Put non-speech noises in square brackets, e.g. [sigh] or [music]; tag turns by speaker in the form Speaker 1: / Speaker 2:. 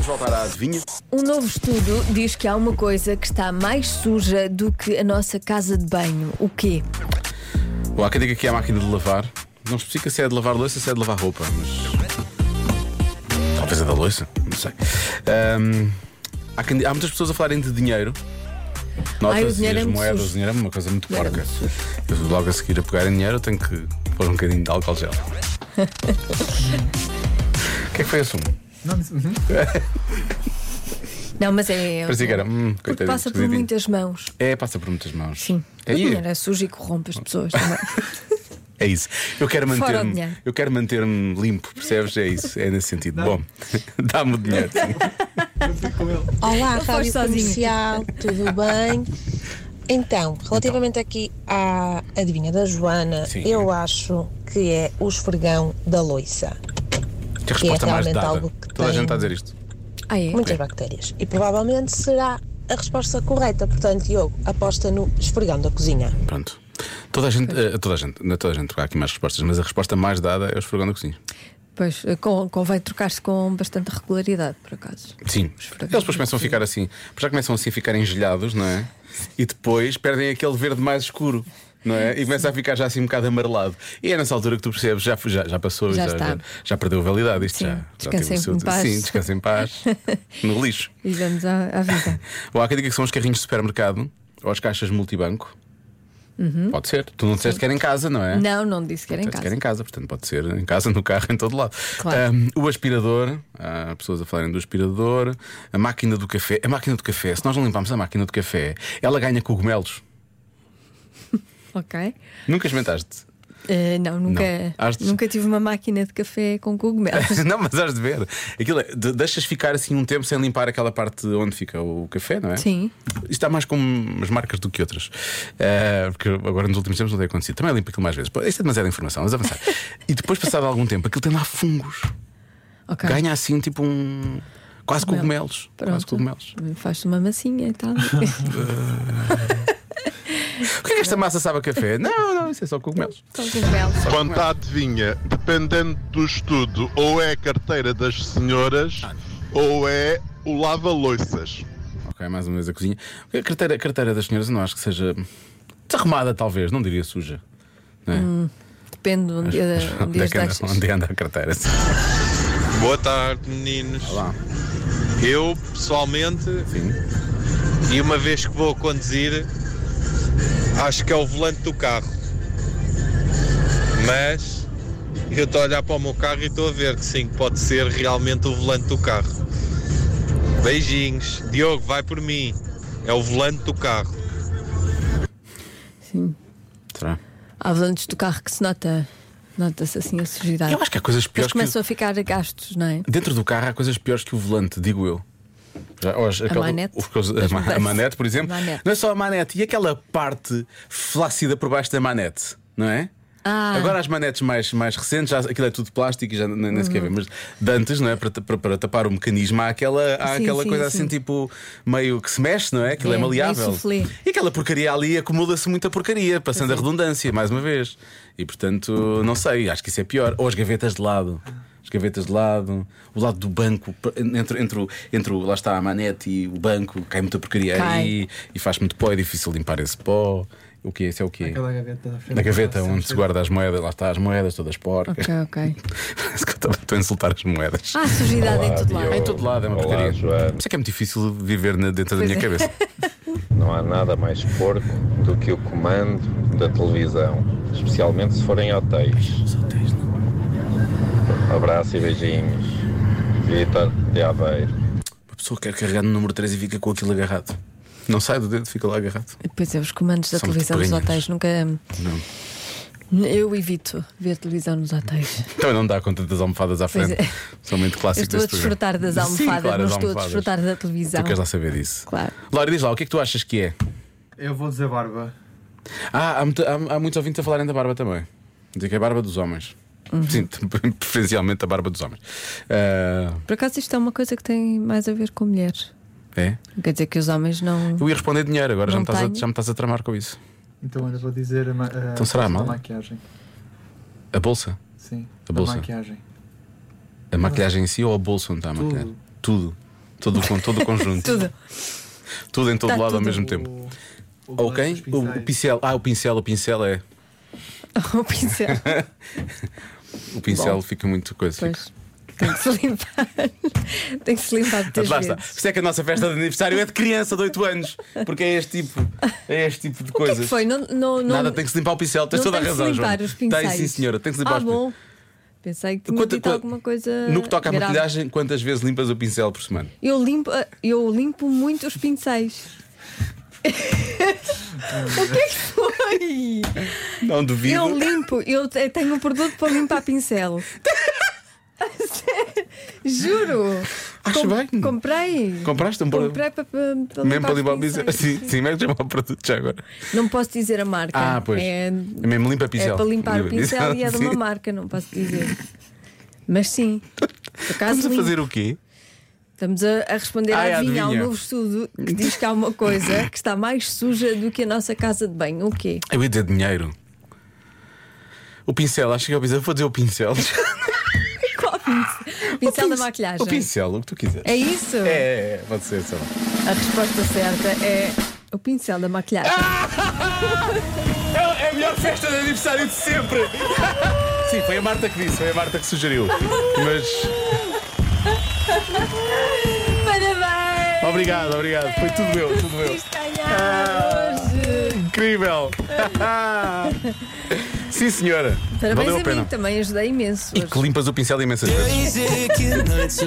Speaker 1: voltar à adivinha.
Speaker 2: Um novo estudo diz que há uma coisa que está mais suja do que a nossa casa de banho. O quê?
Speaker 1: Bom, há quem diga que é a máquina de lavar. Não especifica se é de lavar louça ou se é de lavar roupa, mas. Talvez a da louça, não sei. Ahm, há, quem- há muitas pessoas a falarem de dinheiro.
Speaker 2: Ai, o
Speaker 1: Notas e
Speaker 2: dinheiro
Speaker 1: as
Speaker 2: é muito
Speaker 1: moedas,
Speaker 2: sujo.
Speaker 1: o dinheiro é uma coisa muito
Speaker 2: Dinheiro é
Speaker 1: porca. Eu logo a seguir a pegar em dinheiro eu tenho que pôr um bocadinho de
Speaker 2: [laughs]
Speaker 1: álcool gel. O que é que foi esse um?
Speaker 3: é
Speaker 2: Não, mas é.
Speaker 1: Parecia que era. Hum,
Speaker 2: Porque
Speaker 1: coitadinho,
Speaker 2: passa por
Speaker 1: esquisitinho.
Speaker 2: muitas mãos.
Speaker 1: É, passa por muitas mãos.
Speaker 2: Sim.
Speaker 1: É,
Speaker 2: o
Speaker 1: e-
Speaker 2: dinheiro é sujo e corrompe as pessoas tá
Speaker 1: [laughs]
Speaker 2: também.
Speaker 1: é isso. Eu quero
Speaker 2: Fora o
Speaker 1: manter-me.
Speaker 2: dinheiro.
Speaker 1: Eu quero manter-me limpo, percebes? É isso. É nesse sentido. Bom, [laughs] dá-me o
Speaker 2: [laughs]
Speaker 1: dinheiro. sim.
Speaker 2: É
Speaker 4: Olá,
Speaker 2: Ele
Speaker 4: Rádio
Speaker 2: foge sozinho.
Speaker 4: Comercial, tudo bem? Então, relativamente aqui à adivinha da Joana,
Speaker 1: Sim.
Speaker 4: eu acho que é o esfregão da loiça.
Speaker 1: Que a resposta mais
Speaker 4: realmente
Speaker 1: dada.
Speaker 4: algo que
Speaker 1: Toda a
Speaker 4: tem-
Speaker 1: gente está a dizer isto.
Speaker 2: Ah, é?
Speaker 4: Muitas bactérias. E provavelmente será a resposta correta. Portanto, Diogo, aposta no esfregão da cozinha.
Speaker 1: Pronto. Toda a gente, eh, toda a gente, não é toda a gente, porque há aqui mais respostas, mas a resposta mais dada é o esfregão da cozinha.
Speaker 2: Pois, eh, con- convém trocar-se com bastante regularidade, por acaso.
Speaker 1: Sim.
Speaker 2: Esfregão
Speaker 1: Eles depois
Speaker 2: da
Speaker 1: começam a ficar assim, já começam assim a ficar engelhados, não é? E depois perdem aquele verde mais escuro. Não é? E começa a ficar já assim um bocado amarelado. E é nessa altura que tu percebes, já, já, já passou,
Speaker 2: Já
Speaker 1: já,
Speaker 2: está.
Speaker 1: já, já perdeu a validade. Isto
Speaker 2: Sim,
Speaker 1: já, já
Speaker 2: descansa
Speaker 1: teve o
Speaker 2: em
Speaker 1: seu-
Speaker 2: paz.
Speaker 1: Sim, descansa em
Speaker 2: [laughs]
Speaker 1: paz. no lixo.
Speaker 2: E vamos à, à vida.
Speaker 1: [laughs] Ou há quem diga que são os carrinhos de supermercado ou as caixas multibanco. Pode ser. Tu não disseste que era em casa, não é?
Speaker 2: Não, não disse que era em
Speaker 1: Disseste que era em
Speaker 2: casa.
Speaker 1: casa, portanto pode ser em casa, no carro, em todo lado.
Speaker 2: Claro.
Speaker 1: Ahm, o aspirador, há pessoas a falarem do aspirador, a máquina do café. A máquina do café, se nós não limparmos a máquina do café, ela ganha cogumelos.
Speaker 2: Ok.
Speaker 1: Nunca experimentaste? [laughs]
Speaker 2: Eh, não, nunca,
Speaker 1: Não. Hás de-
Speaker 2: nunca tive uma máquina de café com
Speaker 1: [laughs]
Speaker 2: cogumelos.
Speaker 1: não, mas has de ver. Aquilo é, de- deixas ficar assim um tempo sem limpar aquela parte onde fica o café, não é?
Speaker 2: Sim.
Speaker 1: Isto está mais com umas marcas do que outras. Ah, porque agora nos últimos tempos não tem acontecido. Também limpo aquilo mais vezes. Pô, Isto é demasiada informação, vamos
Speaker 2: [laughs]
Speaker 1: avançar. e depois, passado algum tempo, aquilo tem lá fungos.
Speaker 2: Ok.
Speaker 1: Ganha assim tipo um. Quase cogumelos. Quase
Speaker 2: Pronto.
Speaker 1: cogumelos.
Speaker 2: Faz-te uma massinha e
Speaker 1: [laughs]
Speaker 2: tal.
Speaker 1: Porquê que esta massa sabe a
Speaker 2: [laughs]
Speaker 1: café? não, não, isso é só cogumelos.
Speaker 2: São cogumelos.
Speaker 5: Quanto à adivinha, dependendo do estudo, ou é a carteira das senhoras ou é o lava-loiças.
Speaker 1: Ok, mais uma vez a cozinha. A carteira, a carteira das senhoras eu não acho que seja desarrumada, talvez, não diria suja. Não é?
Speaker 2: Depende de um onde, de onde
Speaker 1: onde, é
Speaker 2: as
Speaker 1: que anda,
Speaker 2: deixas.
Speaker 1: onde anda a carteira? sim.
Speaker 6: Boa tarde, meninos.
Speaker 1: Olá.
Speaker 6: Eu, pessoalmente,
Speaker 1: Sim.
Speaker 6: e uma vez que vou conduzir, acho que é o volante do carro. Mas eu estou a olhar para o meu carro e estou a ver que sim, que pode ser realmente o volante do carro. Beijinhos. Diogo, vai por mim. É o volante do carro.
Speaker 1: é?
Speaker 2: Sim.
Speaker 1: Será?
Speaker 2: Há volantes do carro que se nota. Nota-se assim a sujidade.
Speaker 1: Eu acho que há coisas
Speaker 2: Depois
Speaker 1: piores que.
Speaker 2: começam a ficar gastos, não é?
Speaker 1: Dentro do carro há coisas piores que o volante, digo eu. Já, ou as- aquela-
Speaker 2: manete?
Speaker 1: os- os- a, ma- a manete, por exemplo.
Speaker 2: Manete.
Speaker 1: Não é só a manete, e aquela parte flácida por baixo da manete, não é?
Speaker 2: Ah.
Speaker 1: Agora as manetes mais, mais recentes, já, aquilo é tudo plástico e já nem, nem
Speaker 2: Hum.
Speaker 1: sequer vê, mas de antes, não é? Para, ta- para, para tapar o mecanismo, há aquela, há
Speaker 2: Sim,
Speaker 1: aquela
Speaker 2: sim,
Speaker 1: coisa
Speaker 2: sim.
Speaker 1: assim tipo meio que se mexe, não é? Aquilo é,
Speaker 2: É, meio
Speaker 1: maleável.
Speaker 2: soufflé.
Speaker 1: E aquela porcaria ali acumula-se muita porcaria, passando a redundância, mais uma vez. E portanto, não sei, acho que isso é pior. Ou as gavetas de lado. As gavetas de lado, o lado do banco, entre, entre, o- entre o- lá está a manete e o banco, cai muita porcaria
Speaker 2: Cai.
Speaker 1: aí e faz muito pó, é difícil limpar esse pó. O que é? Esse é o quê?
Speaker 3: Aquela gaveta da frente.
Speaker 1: Na gaveta onde se guarda as moedas, lá está as moedas, todas porcas.
Speaker 2: Ok, ok.
Speaker 1: [laughs] Parece que eu também estou a insultar as moedas.
Speaker 2: Há sujidade em todo lado.
Speaker 1: Em todo lado é uma
Speaker 7: Olá,
Speaker 1: porcaria.
Speaker 7: Joana.
Speaker 1: Por isso é que é muito difícil viver na- dentro da
Speaker 2: Pois
Speaker 1: minha
Speaker 2: é.
Speaker 1: cabeça.
Speaker 7: Não há nada mais porco do que o comando da televisão, especialmente se forem hotéis. Abraço e beijinhos. Vitor de Aveiro.
Speaker 1: Uma pessoa quer carregar no número 3 e fica com aquilo agarrado. Não sai do dedo, fica lá agarrado.
Speaker 2: Pois é, os comandos da
Speaker 1: São
Speaker 2: televisão dos
Speaker 1: muito
Speaker 2: hotéis nunca. Eu evito ver televisão nos hotéis.
Speaker 1: Também não dá conta das almofadas à
Speaker 2: Pois
Speaker 1: frente.
Speaker 2: é.
Speaker 1: São muito
Speaker 2: Eu
Speaker 1: clássicos
Speaker 2: estou a
Speaker 1: desse programa.
Speaker 2: desfrutar das
Speaker 1: Sim,
Speaker 2: almofadas,
Speaker 1: claro,
Speaker 2: não
Speaker 1: as
Speaker 2: estou a
Speaker 1: almofadas.
Speaker 2: desfrutar da televisão.
Speaker 1: Tu queres lá saber disso?
Speaker 2: Claro.
Speaker 1: Laura, diz lá, o que é que tu achas que é?
Speaker 3: Eu vou dizer barba.
Speaker 1: Ah, há, muita- há- há muitos ouvintes a falarem da barba também. Dizer que é a barba dos homens.
Speaker 2: Uhum.
Speaker 1: Sim, [laughs] preferencialmente a barba dos homens. Ah,
Speaker 2: Por acaso isto é uma coisa que tem mais a ver com mulheres.
Speaker 1: é?
Speaker 2: Não quer dizer que os homens não.
Speaker 1: Eu ia responder dinheiro, agora já
Speaker 2: Não
Speaker 1: me, estás a,
Speaker 2: tenho.
Speaker 1: já me estás a tramar com isso.
Speaker 3: Então ainda vou dizer a, ma- a
Speaker 1: Então será a
Speaker 3: a
Speaker 1: mala?
Speaker 3: maquiagem.
Speaker 1: A bolsa?
Speaker 3: Sim.
Speaker 1: A bolsa.
Speaker 3: maquiagem.
Speaker 1: A maquilhagem em si ou a bolsa onde está a
Speaker 3: Tudo.
Speaker 1: maquilhagem? Tudo. Todo o, con- todo o conjunto.
Speaker 2: [laughs] Tudo.
Speaker 1: Tudo em todo
Speaker 2: Tá
Speaker 1: lado ao
Speaker 2: tudo.
Speaker 1: mesmo tempo.
Speaker 3: O
Speaker 1: Ou
Speaker 3: balanço
Speaker 1: quem?
Speaker 3: dos
Speaker 1: O,
Speaker 3: pincéis.
Speaker 1: o pincel. Ah, o pincel, o pincel é.
Speaker 2: O pincel.
Speaker 1: O pincel
Speaker 2: Bom.
Speaker 1: fica muito coisa. fica.
Speaker 2: Pois. Tem que se limpar. Tem que se limpar de
Speaker 1: Mas
Speaker 2: três
Speaker 1: lá está. Por
Speaker 2: vezes.
Speaker 1: isso é que a nossa festa de aniversário é de criança de 8 anos. Porque é este tipo, é este tipo de
Speaker 2: O que é
Speaker 1: coisas.
Speaker 2: que foi? Não, não, não...
Speaker 1: Nada, tem que se limpar o pincel. Tens
Speaker 2: não
Speaker 1: toda a
Speaker 2: tem que se
Speaker 1: razão,
Speaker 2: limpar
Speaker 1: João.
Speaker 2: os pincéis.
Speaker 1: Tem sim, senhora. Tem que se limpar
Speaker 2: Ah,
Speaker 1: os
Speaker 2: bom. Pensei que tinha
Speaker 1: Quanto-
Speaker 2: dito
Speaker 1: quanto-
Speaker 2: alguma coisa.
Speaker 1: No que toca à
Speaker 2: grave.
Speaker 1: maquilhagem, quantas vezes limpas o pincel por semana?
Speaker 2: Eu limpo, ah, eu limpo muito os pincéis. [laughs] o que é que foi?
Speaker 1: Não duvido.
Speaker 2: Eu limpo, eu te- tenho um produto para limpar pincel.
Speaker 1: [laughs]
Speaker 2: Juro.
Speaker 1: Acho bem.
Speaker 2: Comprei.
Speaker 1: Compraste um produto?
Speaker 2: Comprei para, para, para
Speaker 1: Mesmo para
Speaker 2: os
Speaker 1: limpar o pincel.
Speaker 2: pincéis.
Speaker 1: Sim, sim, mesmo chamar o produto já agora.
Speaker 2: Não posso dizer a marca.
Speaker 1: Ah, pois.
Speaker 2: É,
Speaker 1: É mesmo limpa pincel.
Speaker 2: é para limpar o
Speaker 1: Limpa
Speaker 2: pincel e é de uma
Speaker 1: sim.
Speaker 2: marca, não posso dizer. Mas sim. Por acaso
Speaker 1: Estamos a
Speaker 2: limpo.
Speaker 1: fazer o quê?
Speaker 2: Estamos a, a responder
Speaker 1: Ai,
Speaker 2: à adivinha, ao
Speaker 1: Ah, é, adivinha.
Speaker 2: novo estudo que diz que há uma coisa que está mais suja do que a nossa casa de banho. O quê? [laughs]
Speaker 1: Eu ia dizer dinheiro. O pincel, acho que eu vou dizer o pincel.
Speaker 2: Qual é pincel? Pincel da maquilhagem.
Speaker 1: O pincel, o que tu quiseres.
Speaker 2: É isso?
Speaker 1: É, é, é, pode ser, sei lá.
Speaker 2: A resposta certa é o pincel da maquilhagem.
Speaker 1: Ah! É, é a melhor festa de aniversário de sempre! [laughs] Sim, foi a Marta que disse, foi a Marta que sugeriu. Mas
Speaker 2: Parabéns!
Speaker 1: obrigado, obrigado. Foi tudo meu, tudo meu.
Speaker 2: Isto
Speaker 1: Ah!
Speaker 2: ganhar hoje!
Speaker 1: Incrível! [laughs] Sim, senhora.
Speaker 2: É. Parabéns
Speaker 1: Valeu a
Speaker 2: a mim,
Speaker 1: pena.
Speaker 2: também ajudei imenso.
Speaker 1: E
Speaker 2: hoje.
Speaker 1: que limpas o pincel imensas vezes.